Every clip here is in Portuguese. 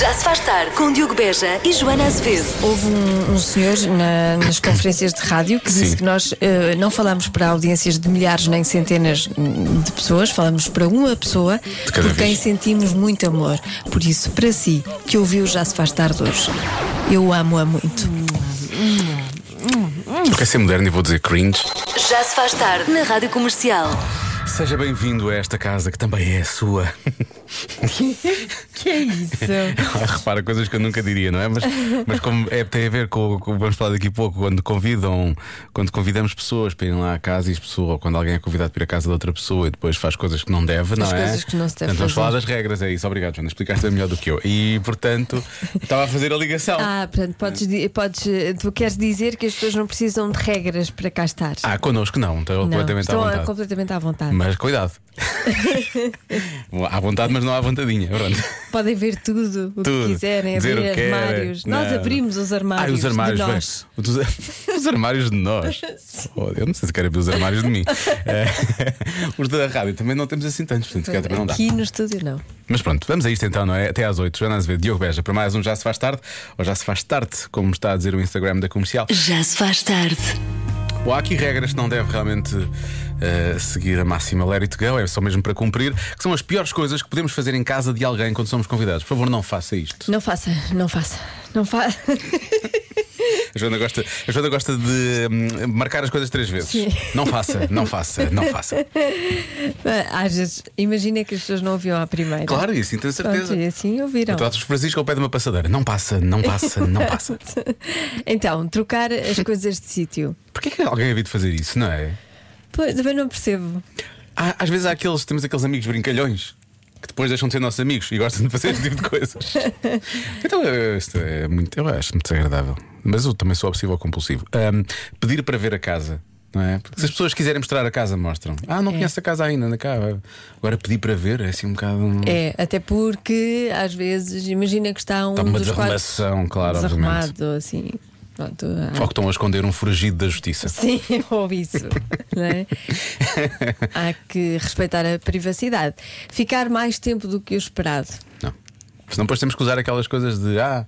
Já se faz tarde com Diogo Beja e Joana Azevedo. Houve um, um senhor na- nas conferências de rádio que disse Sim. que nós eh, não falamos para audiências de milhares nem centenas hum, de pessoas, falamos para uma pessoa por cada quem vez. sentimos muito amor. Por isso, para si, que ouviu Já Se Faz Tarde hoje, eu amo-a muito. Porque é ser moderno e vou dizer cringe. Já se faz tarde na Rádio Comercial. Seja bem-vindo a esta casa que também é a sua. Que é isso? Repara, coisas que eu nunca diria, não é? Mas, mas como é, tem a ver com o que vamos falar daqui a pouco, quando convidam, quando convidamos pessoas para irem lá à casa e as pessoas, ou quando alguém é convidado para ir à casa de outra pessoa e depois faz coisas que não deve, não é? coisas que não se deve Portanto, vamos fazer. falar das regras, é isso. Obrigado, Joana. Explicaste melhor do que eu. E portanto, estava a fazer a ligação. Ah, portanto, podes, di- podes, eh, tu queres dizer que as pessoas não precisam de regras para cá estar. Ah, connosco não, estou não, completamente à estão vontade. completamente à vontade. Mas cuidado. à vontade, mas não à vontadinha. Pronto. Podem ver tudo o Tudo. que quiserem, Dizer abrir o que era. armários. Nós Não. abrimos os armários. Ai, os armários, de bem. nós. O dos- os armários de nós. Oh, eu não sei se quero abrir os armários de mim. Eh, os da rádio também não temos assim tantos, portanto, se calhar também não dá. Aqui no estúdio não. Mas pronto, vamos a isto então, não é? Até às 8, Joana Azevedo, Diogo Beja, para mais um Já Se Faz Tarde, ou Já Se Faz Tarde, como está a dizer o Instagram da comercial. Já se faz tarde. Bom, há aqui regras que não deve realmente eh, seguir a máxima lérito go, é só mesmo para cumprir, que são as piores coisas que podemos fazer em casa de alguém quando somos convidados. Por favor, não faça isto. Não faça, não faça, não faça. A Joana gosta, a Joana gosta de hum, marcar as coisas três vezes. Sim. Não faça, não faça, não faça. Às vezes, imagina que as pessoas não ouviam à primeira. Claro, e assim tenho Pronto, certeza. e assim ouviram. Então, o Francisco ao pé de uma passadeira. Não passa, não passa, não passa. Então, trocar as coisas de sítio. Porquê que alguém havia de fazer isso, não é? Pois, também não Hum. percebo. Há- às vezes há aqueles, temos aqueles amigos brincalhões que depois deixam de ser nossos amigos e gostam de fazer esse tipo de coisas. Então, eh, isto é muito, eu acho muito desagradável. Mas eu também sou obsessivo ou compulsivo. Ahm, pedir para ver a casa. Não é? Porque se as pessoas quiserem mostrar a casa, mostram. Ah, É. não conheço a casa ainda, anda cá. Agora pedir para ver é assim um bocado. um- É, até porque às vezes, imagina que está um Está uma dos quatro desarrumação, claro, obviamente. desarrumado, assim. Pronto, há- Ou que estão a esconder um foragido da justiça. Sim, houve isso. não é? Há que respeitar a privacidade. Ficar mais tempo do que o esperado. Não. Senão depois temos que usar aquelas coisas de ah,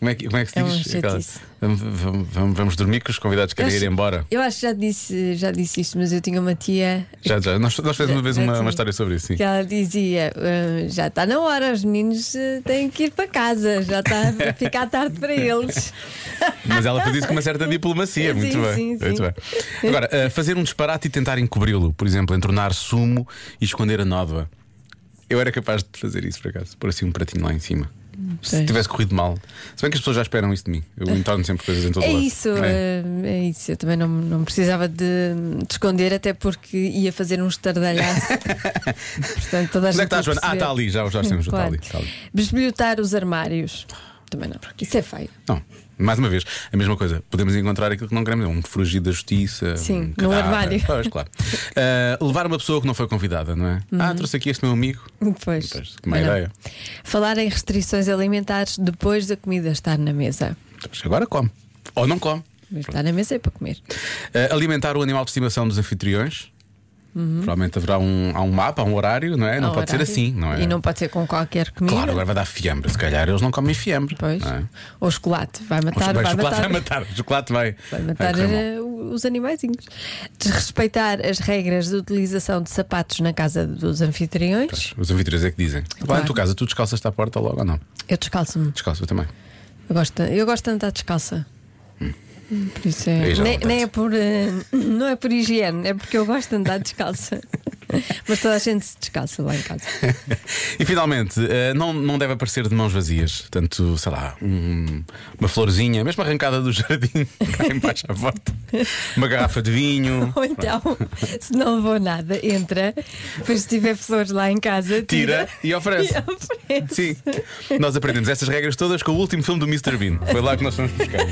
como é que, como é que se É diz? uma Aquela- chatice. vamos, vamos- vamos- vamos dormir que os convidados querem Eu ir acho- embora. Eu acho que já disse, já disse isto, mas eu tinha uma tia Já, já. Nós, nós fizemos uma vez Já- já uma, uma tinha. história sobre isso. Sim. que ela dizia: "Ah, já está na hora, os meninos ah, têm que ir para casa, já está a ficar tarde para eles. Mas ela fez isso com uma certa diplomacia. Sim, muito, bem, sim, sim. muito bem. Agora, ah, fazer um disparate e tentar encobri-lo, por exemplo, entornar sumo e esconder a nódoa. Eu era capaz de fazer isso, por acaso, pôr assim um pratinho lá em cima. Se Pois. tivesse corrido mal. Se bem que as pessoas já esperam isso de mim. Eu entorno sempre coisas em todo É lado. isso, É. ah, é. isso. Eu também não, não precisava de, de esconder, até porque ia fazer um estardalhaço. Portanto, toda a Onde é que gente está a ia Joana? Ah, perceber. está ali, já, já temos, está Claro. ali, está ali. Besbilhotar os armários. Também não. Isso é feio. Não, mais uma vez, a mesma coisa. Podemos encontrar aquilo que não queremos, um fugido da justiça. Sim, um num cadáver. armário. Pois, claro. Ah, levar uma pessoa que não foi convidada, não é? Uhum. Ah, trouxe aqui este meu amigo. Depois. Pois, que má ideia. é Falar em restrições alimentares depois da comida estar na mesa. Mas Agora come. Ou não come. Está na mesa é para comer. Ah, alimentar o animal de estimação dos anfitriões. Provavelmente haverá um, há um mapa, há um horário, não é? Não Ao pode ser Uhum. horário. assim, não é? E não pode ser com qualquer comida. Claro, agora vai dar fiambre. Se calhar eles não comem fiambre. Pois. não é? Ou chocolate. Vai Mas matar, bem, vai, chocolate matar vai matar. É, Chocolate vai. vai matar, correr mal. eh, os animaizinhos. Desrespeitar as regras de utilização de sapatos na casa dos anfitriões. Os anfitriões é que dizem. Lá Claro. em tua casa, tu descalças-te à porta logo ou não? Eu descalço-me. Descalço, eu também. Eu gosto, eu gosto de andar descalça. Por isso Aí é. já não Nem, tanto. nem é por, eh, não é por higiene, é porque eu gosto de andar descalça. Mas toda a gente se descalça lá em casa. e finalmente, eh, não, não deve aparecer de mãos vazias. Portanto, sei lá, um- uma florzinha, mesmo arrancada do jardim, cá embaixo à volta, uma garrafa de vinho. Ou então, se não levou nada, entra, depois se tiver flores lá em casa, tira. Tira e oferece. e oferece. Sim, nós aprendemos estas regras todas com o último filme do Mr. Bean. Foi lá que nós fomos buscar.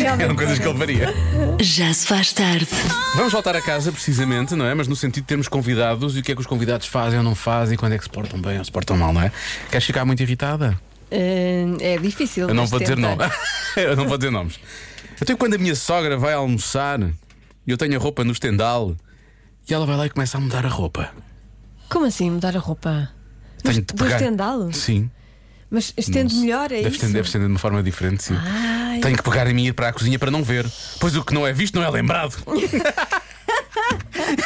Realmente. Eram coisas que ele faria. Já se faz tarde. Vamos voltar a casa, precisamente, não é? Mas no sentido de termos convidados e o que é que os convidados fazem ou não fazem, quando é que se portam bem ou se portam mal, não é? Queres ficar muito irritada? Eh, É difícil. Eu não mas vou dizer tentar. nomes. eu não vou dizer nomes. Até quando a minha sogra vai almoçar e eu tenho a roupa no estendal e ela vai lá e começa a mudar a roupa. Como assim mudar a roupa? Tenho Mas de do pegar- estendal? Sim. Mas estende Não sei. melhor, é deve isso? Estender, deve estender de uma forma diferente, sim. Ai. Tenho que pegar em mim e ir para a cozinha para não ver. Pois o que não é visto não é lembrado.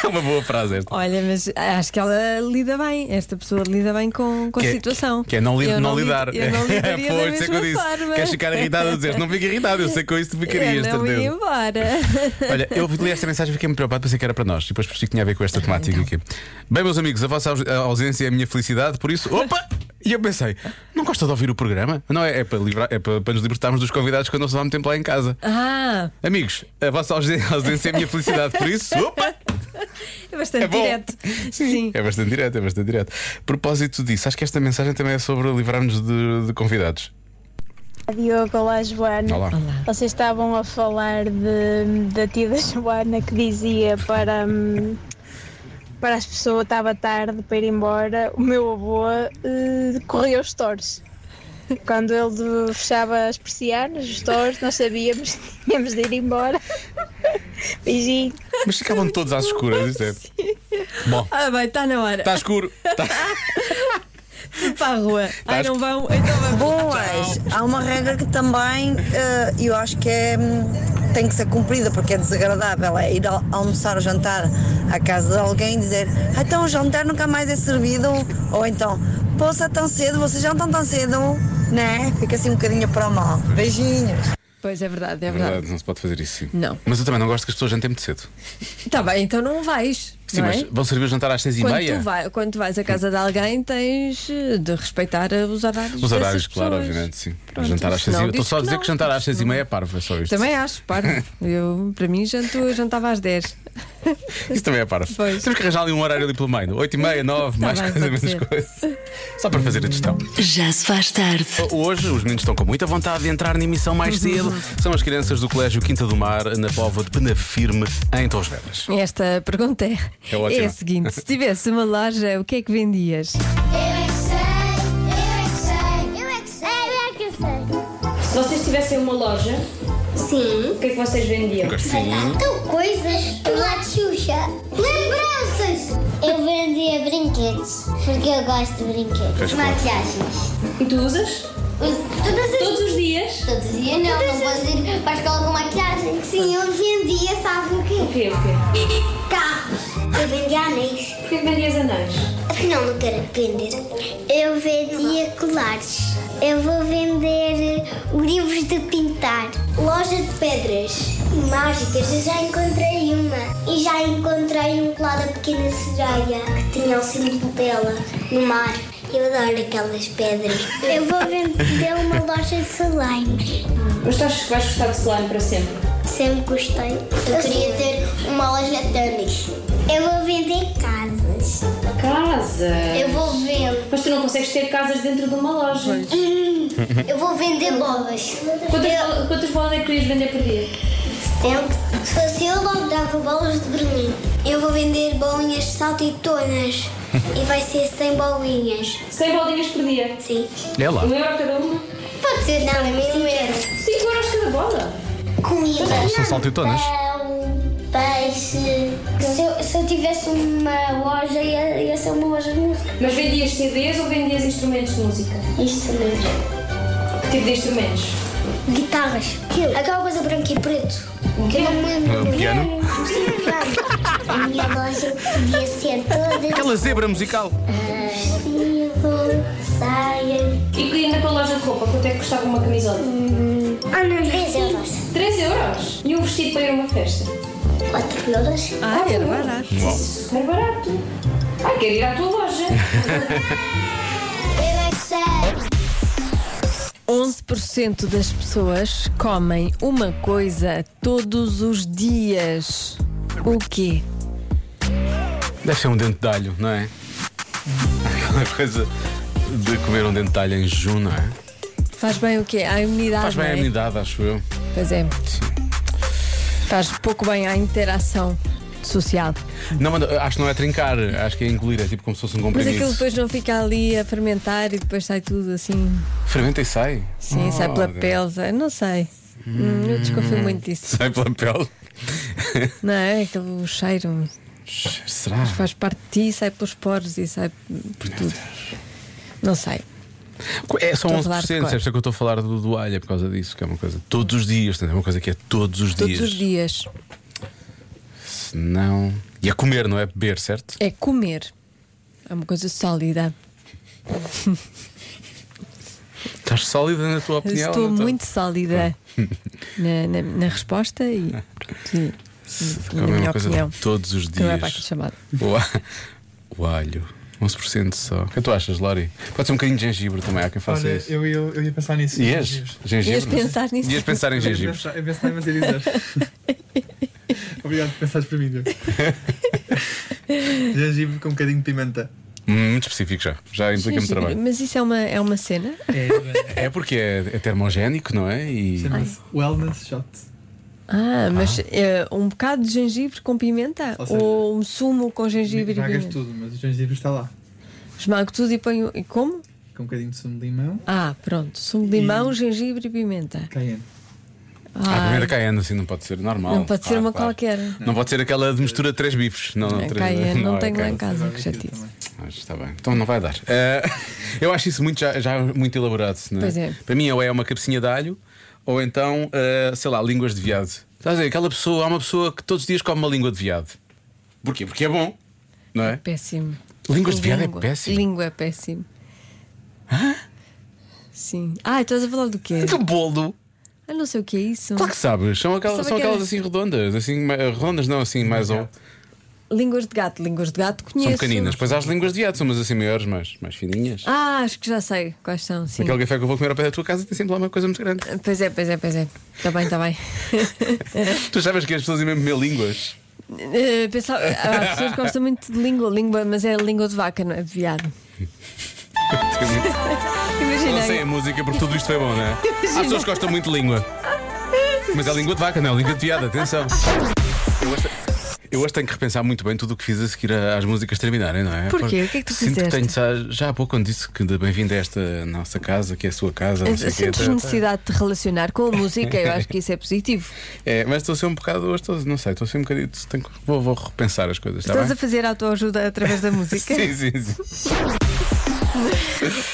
é uma boa frase esta. Olha, mas acho que ela lida bem, esta pessoa lida bem com, com Que a é- situação. Que é não, li- Eu não lid- lidar. Eu não lidaria da Pois, sei que mesma eu disse. forma. Queres ficar irritado a dizer? Não fica irritado, eu sei que com isso tu ficarias, Eu não certeza. ia embora. Olha, eu li esta mensagem e fiquei muito preocupado, pensei que era para nós. E depois percebi que tinha a ver com esta temática aqui. Bem, meus amigos, a vossa aus- a ausência é a minha felicidade, por isso. Opa! E eu pensei, não gosta de ouvir o programa? Não, é, é para, livrar- é para- para nos libertarmos dos convidados quando nós vamos tempo lá em casa. Ah, Amigos, a vossa ausen- ausência é a minha felicidade, por isso. Opa! é bastante É bom. direto. Sim. É bastante direto, é bastante direto. Propósito disso, acho que esta mensagem também é sobre livrar-nos de, de convidados. Olá, Diogo, olá Joana. Olá. Vocês estavam a falar de, da tia da Joana que dizia para, hum, para as pessoas estava tarde para ir embora. O meu avô eh, corria os stores. Quando ele fechava as persianas, os stores, nós sabíamos que tínhamos de ir embora. Beijinho. Mas ficavam todos às escuras, isto é. Bom, Ah, bem, está na hora. está escuro. Tá. Está... Tudo para a rua. Ai, Estás- não vão. Então vamos. Boas! Há uma regra que também eh, eu acho que é, hum, tem que ser cumprida porque é desagradável, é ir al- almoçar ou jantar à casa de alguém e dizer "Ah, então o jantar nunca mais é servido ou então poça tão cedo, vocês jantam tão cedo, né? Fica assim um bocadinho para o mal. Beijinhos! Pois é verdade, é É verdade. verdade, não se pode fazer isso, sim. Não. Mas eu também não gosto que as pessoas jantem muito cedo. Está bem, então não vais. Sim, não mas é? vão servir o jantar às seis e Quando meia? tu, vai, quando tu vais à casa de alguém, tens eh, de respeitar eh, os horários. Os horários, dessas claro, pessoas. obviamente, sim. Pronto, jantar às isso seis e não meia. Estou diz só a que dizer não, que jantar diz às seis e meia é parvo, é só isto. Também acho, paro. Eu, para mim, janto, eu jantava às 10. Isso também é parvo. Pois. Temos que arranjar ali um horário ali pelo meio. Oito e meia, nove, Tá mais bem, coisa, pode menos coisa. Só para fazer a gestão. Já se faz tarde. Hoje os meninos estão com muita vontade de entrar na emissão mais Uhum. cedo. São as crianças do Colégio Quinta do Mar, na Póvoa de Penafirme, em Torres Vedras. Esta pergunta é, É ótima. a seguinte: se tivesse uma loja, o que é que vendias? Eu é que sei, eu é que sei, eu é que sei, eu é que sei. Se vocês tivessem uma loja, Sim. o que é que vocês vendiam? Então, coisas do lado de Xuxa. Lembranças! Eu vendia brinquedos, porque eu gosto de Pois brinquedos. claro. Maquiagens. E tu usas? Os- Todas as Todos os dias? Todos os dias não, não posso ir para a escola com maquiagem. Sim, eu vendia, sabe o O quê? quê? O quê? Carros. Eu vendia anéis. Porquê que vendias anéis? Afinal, não quero vender. Eu vendia colares. Eu vou vender livros de pintar. Loja de pedras. Mágicas, eu já encontrei uma. E já encontrei um colar da pequena sereia que tinha o símbolo dela no mar. Eu adoro aquelas pedras. Eu vou vender uma loja de slimes. Mas tu achas que vais gostar de slime para sempre? Sempre gostei. Eu queria ter uma loja de tênis. Eu vou vender casas. Casa! Eu vou vender. Mas tu não consegues ter casas dentro de uma loja. Hum, Eu vou vender bolas. Quantas, bol- quantas bolas é que querias vender por dia? Eu, se fosse eu, logo dava bolas de Berlim. Eu vou vender bolinhas saltitonas. e vai ser 100 bolinhas. 100 bolinhas por dia. Sim. É lá. Um euro cada uma? Pode ser, não, é mesmo eu. 5 euros cada bola? Comida. Não, são saltitonas. Peixe. Se eu, se eu tivesse uma loja, ia, ia ser uma loja de música. Mas vendias CDs ou vendias instrumentos de música? Isto mesmo. Que tipo de instrumentos? Guitarras. Aquela coisa branca e preto. Que eu não me É um lembro. piano? Sim, piano. A minha loja podia ser toda Aquela zebra musical. Vestido, saia. E que ainda para a loja de roupa, quanto é que custava uma camisola? Ah, não, 3 euros. 3 euros? E um vestido para ir a uma festa? 4 euros. Ah, era barato. Super barato. Ai, quero ir à tua loja. Eu é que sei. 11% das pessoas comem uma coisa todos os dias. O quê? Deve ser um dente de alho, não é? Aquela coisa de comer um dente de alho em jejum, não é? Faz bem o quê? À imunidade. Faz bem não à é? imunidade, acho eu. Pois é. Faz pouco bem à interação social. Não, mas acho que não é trincar, acho que é engolir, é tipo como se fosse um Mas comprimido. aquilo depois não fica ali a fermentar e depois sai tudo assim. Fermenta e sai. Sim, Oh, sai pela Deus. pele, sai- não sei. Hum, eu desconfio muito disso. Sai pela pele. Não é? Aquele cheiro Será? faz parte de ti, sai pelos poros e sai por tudo. Não sei. É, são Estou a 11%, falar de cor. percebes? É que eu estou a falar do, do alho, é por causa disso, que é uma coisa. Todos os dias, portanto, é uma coisa que é todos os Todos dias. os dias. Se não. E é comer, não é beber, certo? É comer. É uma coisa sólida. Estás sólida na tua opinião? então? Estou não estás? muito sólida Ah. na, na- na resposta e pronto, e- É na Ah, a minha mesma coisa opinião. todos os Que não é para aqui dias. chamado. O, a- o alho. 11% só. O que é que tu achas, Lori? Pode ser um bocadinho de gengibre também, há quem faça Olha, isso. eu, ia- eu ia pensar nisso. Ias? Gengibre? Ias não sei. pensar nisso. Ias pensar em Eu ia gengibre. pensar- eu ia pensar em você dizer. Obrigado por pensares para mim, Deus. Gengibre com um bocadinho de pimenta. Hum, Muito específico já. Já implica muito Gengibre. trabalho. Mas isso é uma, é uma cena? É, É porque é, é termogénico, não é? E chama-se Wellness Shot. Ah, Tá. mas é, um bocado de gengibre com pimenta? Ou seja, Ou um sumo com gengibre e Vagas pimenta? tudo, mas o gengibre está lá. Esmago tudo e ponho. E como? Com um bocadinho de sumo de limão. Ah, pronto. Sumo de limão, gengibre e pimenta. Cayenne. Ah, a Ai, primeira caiana, assim, não pode ser normal. não pode ser Claro, uma claro. qualquer. Não pode ser aquela de mistura três bifes. Não, não, É, três- Cayenne, não é tenho lá em aquela. casa, Agora que aquilo chatice. também. Mas está bem. Então não vai dar. Eh, eu acho isso muito, já, já muito elaborado. Não Pois é. Para mim, ou é uma cabecinha de alho, ou então, eh, sei lá, línguas de viado. Estás a ver? Aquela pessoa, há uma pessoa que todos os dias come uma língua de viado. Porquê? Porque é bom, não é? Péssimo. Línguas de viado é Língua. péssimo. Língua é péssimo. Sim. Ah, estás a falar do quê? Que bolo! Ah, não sei o que é isso. Então- Claro que sabes, são aquelas, Sabe são que é era- aquelas assim redondas, assim, ma- redondas não, assim, mais ou. Línguas de gato, línguas de gato conheço. São pequeninas. Pois há as línguas de viado, são umas assim maiores, mais, mais fininhas. Ah, acho que já sei quais são, sim. Aquele café que eu vou comer ao pé da tua casa tem sempre lá uma coisa muito grande. Pois é, pois é, pois é. Está bem, está bem. Tu sabes que as pessoas iam mesmo comer línguas? Eh, pensava- há pessoas que gostam muito de língua, língua, mas é língua de vaca, não é de viado. Eu Não sei Imaginei. a música porque tudo isto foi bom, não é? Há pessoas que gostam muito de língua. Mas é língua de vaca, não é língua de piada, atenção. Eu hoje, eu hoje tenho que repensar muito bem tudo o que fiz a seguir a- às músicas terminarem, não é? Porquê? Porque O que é que tu sinto fizeste? tenho, já- já há pouco quando disse que de- bem-vindo a esta nossa casa, que é a sua casa, Eh, não sei o quê, tá, Sentes etc. necessidade de te relacionar com a música, eu acho que isso é positivo. É, mas estou a ser um bocado, hoje estou, não sei, estou a ser um bocadinho. tenho que- vou, vou repensar as coisas, está Estás Tá bem? a fazer autoajuda através da música. Sim, sim, sim.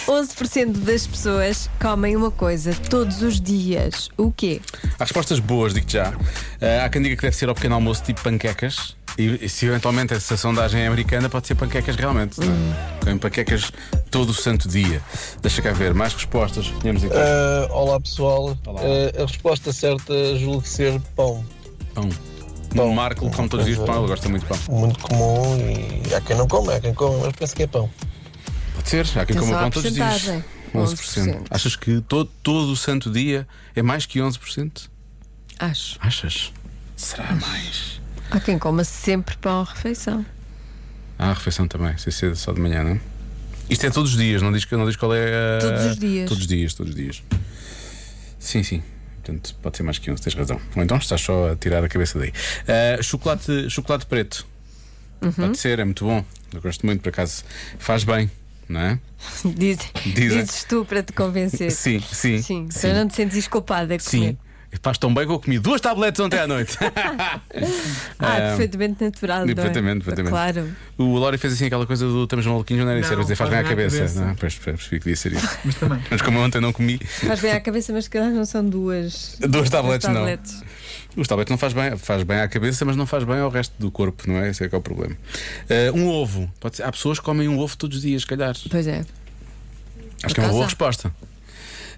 11% das pessoas comem uma coisa todos os dias. O quê? Há respostas boas, digo já. Ah, há quem diga que deve ser ao pequeno almoço tipo panquecas. E, e se eventualmente essa sondagem é americana, pode ser panquecas realmente. não é? Comem panquecas todo o santo dia. Deixa cá ver, mais respostas. Tínhamos aqui Ah, olá pessoal. Olá. Ah, a resposta certa julgo que ser pão. pão. O Marco come todos os dias pão, ele gosta muito de pão. Muito comum e há quem não come, há quem come, mas penso que é pão. Pode ser, há quem Atenção coma à pão todos os dias. percentagem. 11%. 11%. Achas que todo, todo o santo dia é mais que 11%? Acho. Achas? Será mais? Há quem coma sempre pão à refeição. Ah, a refeição também, sem ser só de manhã, não é? Isto é todos os dias, não diz, que- não diz qual é a. Todos os dias. Todos os dias, todos os dias. Sim, sim. Portanto, pode ser mais que um, tens razão. Ou então estás só a tirar a cabeça daí. Ah, chocolate, chocolate preto. Uhum. Pode ser, é muito bom. Eu gosto muito, por acaso. Faz bem, não é? Diz, Dizem. Dizes tu para te convencer. Sim, sim. é Sim, para não te sentires culpada a comer. Sim. Faz tão bem que eu comi duas tabletes ontem à noite. Ah, Ah, perfeitamente natural. não é? perfeitamente, perfeitamente. Claro. o Lori fez assim aquela coisa do estamos maluquinhos, não era isso, Não, era dizer faz bem à cabeça. Não, pois, pois, percebi que devia ser isso. Mas também. Mas como eu ontem não comi, Faz bem à cabeça, mas se calhar não são duas. Duas duas tabletes, tabletes. não. Os tabletes não faz bem, faz bem à cabeça, mas não faz bem ao resto do corpo, não é? Esse é que é o problema. Ah, um ovo. Pode ser- Há pessoas que comem um ovo todos os dias, se calhar. Pois é. Acho que é uma acaso boa há. resposta.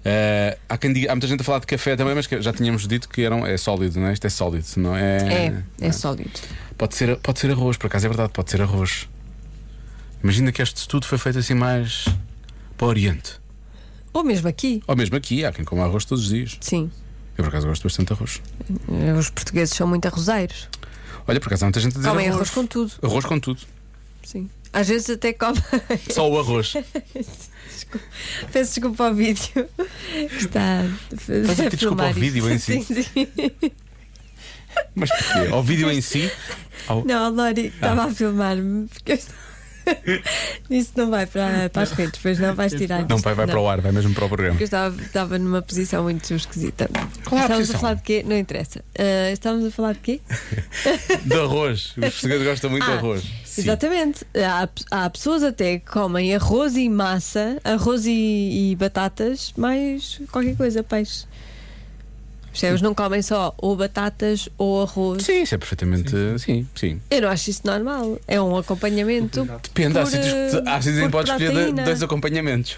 Ah, há, quem diga- há muita gente a falar de café também, mas que- já tínhamos dito que eram, é sólido, não é? Isto é sólido, não é? É, é, sólido. Pode, ser, pode ser arroz, por acaso é verdade, pode ser arroz. Imagina que este estudo foi feito assim mais para o Oriente. Ou mesmo aqui. Ou mesmo aqui, há quem coma arroz todos os dias. Sim. Eu por acaso gosto bastante de arroz. Os portugueses são muito arrozeiros. Olha, por acaso há muita gente a dizer Comem arroz. arroz com tudo. Arroz com tudo. Sim. Às vezes até comem. Só o arroz. Peço desculpa ao vídeo. Está. Estás a pedir desculpa filmar ao vídeo em isto. si? Sim, sim. Mas porquê? Ao vídeo em si. ao- Não, a Lori Ah. estava a filmar-me porque eu estava- Isso não vai para, para as redes, pois não vais tirar. Não, vai, vai para o ar, vai mesmo para o programa. Porque eu estava, estava numa posição muito esquisita. Qual é a estávamos posição? a falar de quê? Não interessa. Ah, estávamos a falar de quê? De arroz. Os portugueses gostam muito de Ah, arroz. E Exatamente. Há, há pessoas até que comem arroz e massa, arroz e, e batatas, mais qualquer coisa, peixe. Percebes? Não comem só ou batatas ou arroz. Sim, isso é perfeitamente. Sim, sim. Eu não acho isso normal. É um acompanhamento. Depende, há Por, sítios que eh, há sítios em que por podes escolher proteína. de- dois acompanhamentos.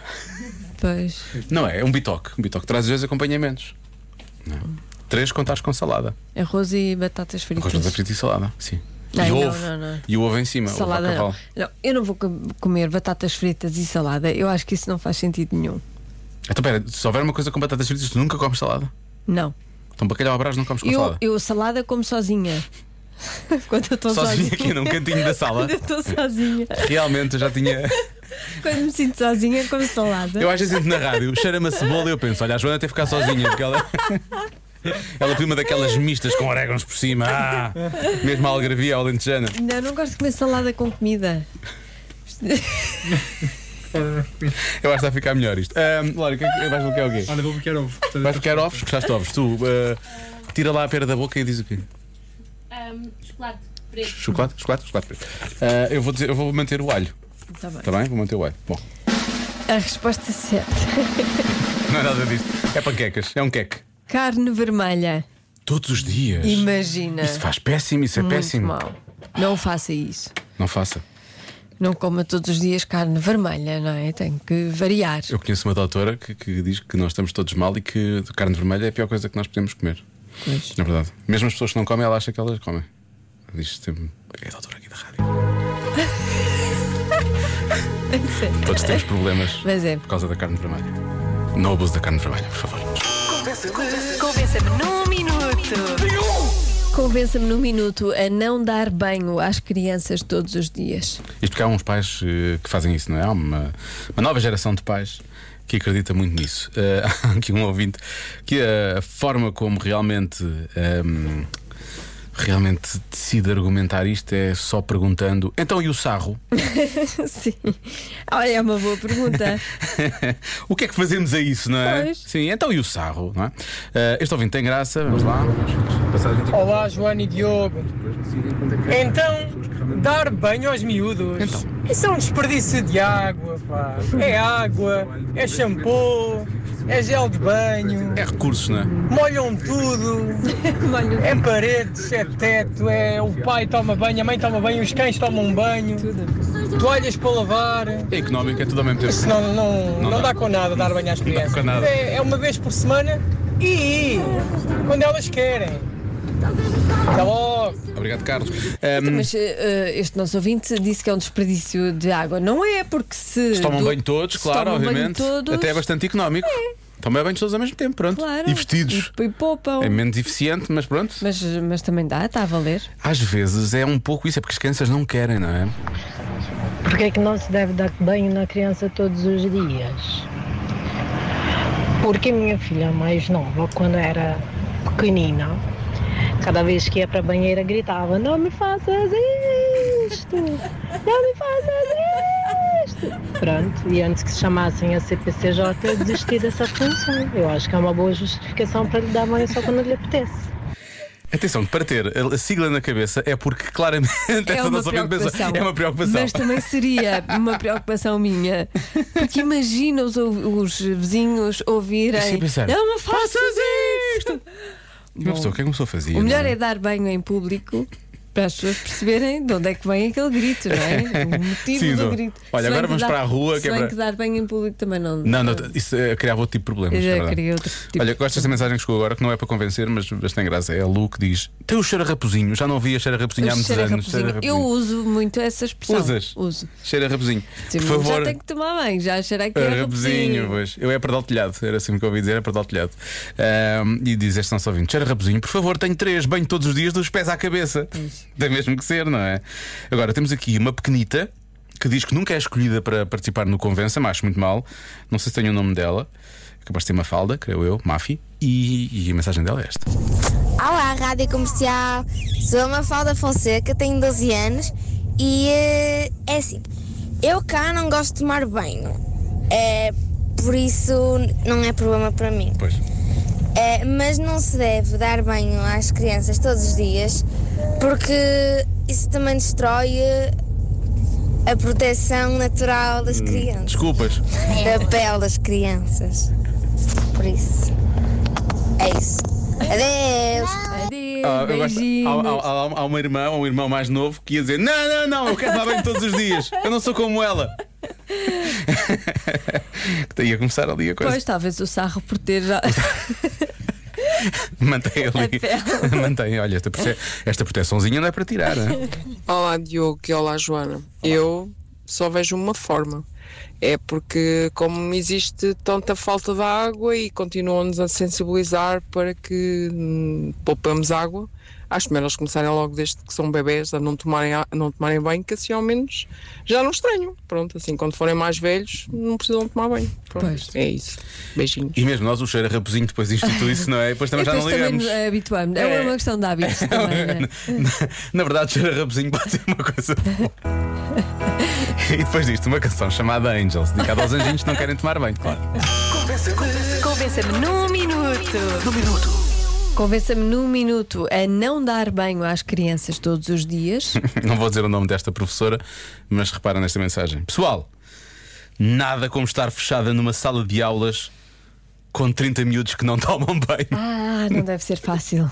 Pois. Não é? É um bitoque. Um bitoque traz dois acompanhamentos. Não é? Três contares com salada. Um Arroz e batatas Com as fritas. frita e salada. Sim. Não, e não, ovo. não, não. E o ovo em cima. ovo a Salada não. cavalo. não. Eu não vou com- comer batatas fritas e salada. Eu acho que isso não faz sentido nenhum. Então, pera, se houver uma coisa com batatas fritas, tu nunca comes salada. Não. Então, bacalhau à brás não comes com Eu, salada. eu salada como sozinha. Quando eu estou Sozinho sozinha. aqui num cantinho da sala. Quando eu estou sozinha. Realmente, eu já tinha. Quando me sinto sozinha, como salada. Eu às vezes entro na rádio, cheira-me a cebola e eu penso: olha, a Joana tem que ficar sozinha, porque ela. Ela pediu uma daquelas mistas com orégãos por cima. Ah, mesmo a algarvia alentejana. Não, não gosto de comer salada com comida. Eu acho que está a ficar melhor isto. Ahm, Laura, o que é que- vais bloquear o quê? Olha, vou bloquear ovo. Vais bloquear ovos? Gostaste de ovos? Tu ah, tira lá a pera da boca e diz o quê? chocolate preto. Chocolate? Chocolate? Chocolate preto. Ah, eu, vou dizer, eu vou manter o alho, Está Tá bem. está bem? Vou manter o alho. Bom, A resposta é certa. não é nada disto. É panquecas, é um queque. Carne vermelha. Todos os dias. Imagina. Isso faz péssimo, isso é Muito péssimo. mal. Não faça isso. Não faça. Não coma todos os dias carne vermelha, não é? Tem que variar. Eu conheço uma doutora que, que diz que nós estamos todos mal e que carne vermelha é a pior coisa que nós podemos comer. Pois. Na verdade. Mesmo as pessoas que não comem, ela acha que elas comem. Diz sempre. É a doutora aqui da rádio. Todos temos problemas Mas é. por causa da carne vermelha. Não abuso da carne vermelha, por favor. Convença-me num minuto. Convença-me num minuto a não dar banho às crianças todos os dias. Isto porque há uns pais eh, que fazem isso, não é? Há uma, uma nova geração de pais que acredita muito nisso. Eh, Há aqui um ouvinte que eh, a forma como realmente. ehm, Realmente decide argumentar isto é só perguntando. Então, e o sarro? Sim. Olha, é uma boa pergunta. o que é que fazemos a isso, não é? Pois. Sim, então e o sarro, não é? Eh, este ouvinte tem graça, vamos lá. Olá, Joana e Diogo. Então, dar banho aos miúdos. Isso é um desperdício de água, pá. É água, é shampoo, é gel de banho, É recursos, não é? molham tudo, Molho é paredes, é teto, é o pai toma banho, a mãe toma banho, os cães tomam banho, toalhas para lavar. É económico, é tudo ao mesmo tempo. Isso não, não, não, dá. dá com nada dar banho às Não dá crianças. com nada. É, é uma vez por semana e quando elas querem. Até logo. Obrigado, Carlos. Então, Ehm, Mas eh, este nosso ouvinte disse que é um desperdício de água. Não é porque se. Se tomam do- banho todos, se claro, tomam banho obviamente. todos, Até é bastante económico. Tomam banho todos ao mesmo tempo, pronto. Claro. E vestidos. E, e poupam. É menos eficiente, mas pronto. Mas, mas também dá, está a valer. Às vezes é um pouco isso, é porque as crianças não querem, não é? Porquê é que não se deve dar banho na criança todos os dias? Porque a minha filha mais nova, quando era pequenina, cada vez que ia para a banheira gritava: Não me faças isto! Não me faças isto! Pronto, e antes que se chamassem a CPCJ, eu desisti dessa função. Eu acho que é uma boa justificação para lhe dar banho só quando lhe apetece. Atenção, para ter a a sigla na cabeça é porque claramente essa nossa ouvinte pensa, é uma preocupação. Mas tá também seria uma preocupação minha. Porque imagina os, ou- os vizinhos Sim, ouvirem. pensar, Não me faças isto! E uma pessoa, o que é que começou a fazer? O melhor é dar banho em público. Para as pessoas perceberem de onde é que vem aquele grito, não é? O motivo Sim, do dou. grito. Olha, Se bem agora que vamos dar- para a rua, Se que é bem para- que dar banho em público também não. Não, não, isso eh, criava outro tipo de problemas. é Já verdade. queria outro tipo. Olha, gosto desta mensagem que chegou agora, que não é para convencer, mas, mas tem graça. É a Lu que diz: tem o cheiro a raposinho, já não vi a cheiro a raposinho há muitos Cheira a anos. raposinho. Cheiro a Eu raposinho. uso muito essa expressão. Usas? Uso. Cheiro a raposinho. Sim, Por mas favor. Já tenho que tomar banho, já cheirei que Era é raposinho, raposinho. pois. Eu é para dar o telhado, era assim que eu ouvi dizer, é para dar o telhado. Ahm, e diz este nosso ouvinte: Cheira raposinho, por favor, tenho três, banho todos os dias dos pés à cabeça. Tem mesmo que ser, não é? Agora, temos aqui uma pequenita que diz que nunca é escolhida para participar no Convença, mas acho muito mal. Não sei se tenho o nome dela, capaz de ter uma falda, creio eu, Mafi. E, e a mensagem dela é esta. Olá, Rádio Comercial. Sou a Mafalda Fonseca, tenho 12 anos e eh, é assim. Eu cá não gosto de tomar banho, é, por isso não é problema para mim. Pois. É, mas não se deve dar banho às crianças todos os dias porque isso também destrói eh, a proteção natural das crianças. Desculpas. Da pele das crianças. Por isso. É isso. Adeus. Adeus. Ah, eu gosto- há, há- há- há uma irmã ou um irmão mais novo que ia dizer: Não, não, não, eu quero tomar banho todos os dias, eu não sou como ela. que ia começar ali a coisa. Pois, talvez o sarro por ter já. Então Mantém ali. A pele. Mantém, olha, esta, prote- esta proteçãozinha não é para tirar, não é? Olá Diogo e olá Joana. Eu só vejo uma forma. É porque como existe tanta falta de água e continuam-nos a sensibilizar para que hum, poupamos água, acho melhor eles começarem logo desde que são bebés a não tomarem, a não tomarem banho, que assim ao menos já não estranham. Pronto, assim quando forem mais velhos não precisam tomar banho. Pronto, É isso. Beijinhos. E mesmo nós, o cheiro a raposinho depois institui isso, não é? Depois também já Depois não também ligamos. nos habituamos. É, É. uma questão de hábitos também. né? Na verdade, o cheiro a raposinho pode ser uma coisa boa. E depois disto, uma canção chamada Angels, dedicada aos anjinhos que não querem tomar banho, claro. Convença-me num minuto. Num minuto. Convença-me num minuto a não dar banho às crianças todos os dias. Não vou dizer o nome desta professora, mas repara nesta mensagem. Pessoal, nada como estar fechada numa sala de aulas com 30 miúdos que não tomam banho. Ah, não deve ser fácil.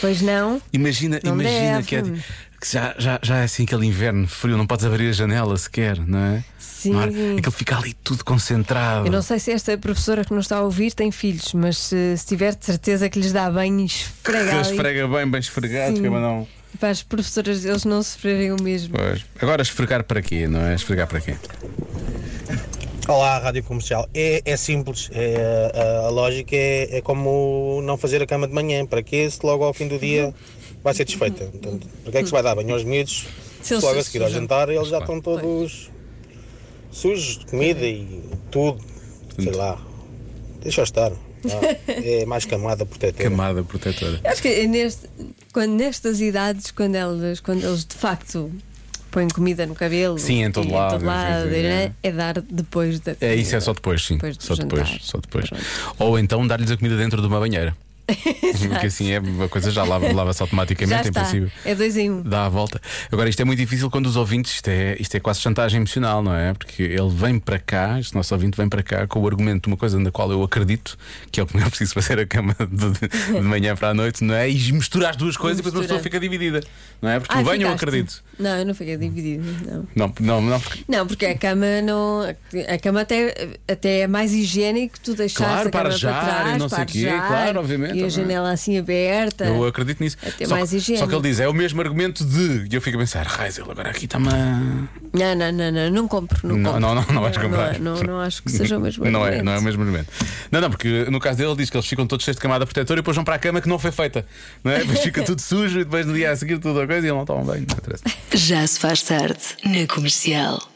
Pois não. Imagina, Não imagina deve. que, é, que já, já, já é assim aquele inverno frio, não podes abrir a janela sequer, não é? Sim. Não é? Aquilo fica ali tudo concentrado. Eu não sei se esta professora que nos está a ouvir tem filhos, mas se, se tiver de certeza que lhes dá banho e esfrega. Que ali. esfrega bem, bem esfregado, Sim. que é para não. Para as professoras eles não sofrerem o mesmo. Pois. Agora esfregar para quê, não é? Esfregar para quê? Olá, Rádio Comercial. É, é simples, é, a, a lógica é, é como não fazer a cama de manhã. Para quê? Se logo ao fim do dia vai ser desfeita. Portanto, para que é que se vai dar banho aos miúdos? Se Se eles logo a se seguir ao sujam. jantar eles já estão todos sujos de comida e tudo. Sei lá. Deixa estar. Não, é mais camada protetora. Camada protetora. Eu Acho que é neste- quando, nestas idades, quando, elas, quando eles de facto põem comida no cabelo, Sim, em todo e lado, sim, lado, sim, é, é dar depois da. É, isso é só depois, sim. Depois do só depois, jantar. só depois. Ou então dar-lhes a comida dentro de uma banheira. Porque assim é a coisa já lava- lava-se Já automaticamente, em está. princípio. É dois em um. Dá a volta. Agora, isto é muito difícil quando os ouvintes, isto é, isto é quase chantagem emocional, não é? Porque ele vem para cá, este nosso ouvinte vem para cá com o argumento de uma coisa na qual eu acredito, que é o que eu preciso fazer a cama de, de manhã para a noite, não é? E mistura as duas coisas e depois uma pessoa Mistura. fica dividida, não é? Porque Ah, o banho eu ficaste. acredito. Não, eu não fiquei dividido. Não. Não, não, não, porque- Não, porque a cama não. A cama até, até é mais higiênico tu deixares Claro, a cama para já, para trás, e não sei para quê, já, claro, obviamente, E a obviamente. janela assim aberta. Eu acredito nisso. Até só, É mais que, higiene. só que ele diz, é o mesmo argumento de. E eu fico a pensar, raiz, ele agora aqui está-me a. Não, não, não, não, não compro, não, Não, compro. não, não, não vais comprar. Não, não, não acho que seja o mesmo. não é, argumento. não é o mesmo argumento. Não, não, porque no caso dele ele diz que eles ficam todos cheios de camada protetora e depois vão para a cama que não foi feita. Não é? Depois fica tudo sujo e depois no dia a seguir tudo a coisa e ele não toma bem. Não interessa. Já se faz tarde na comercial.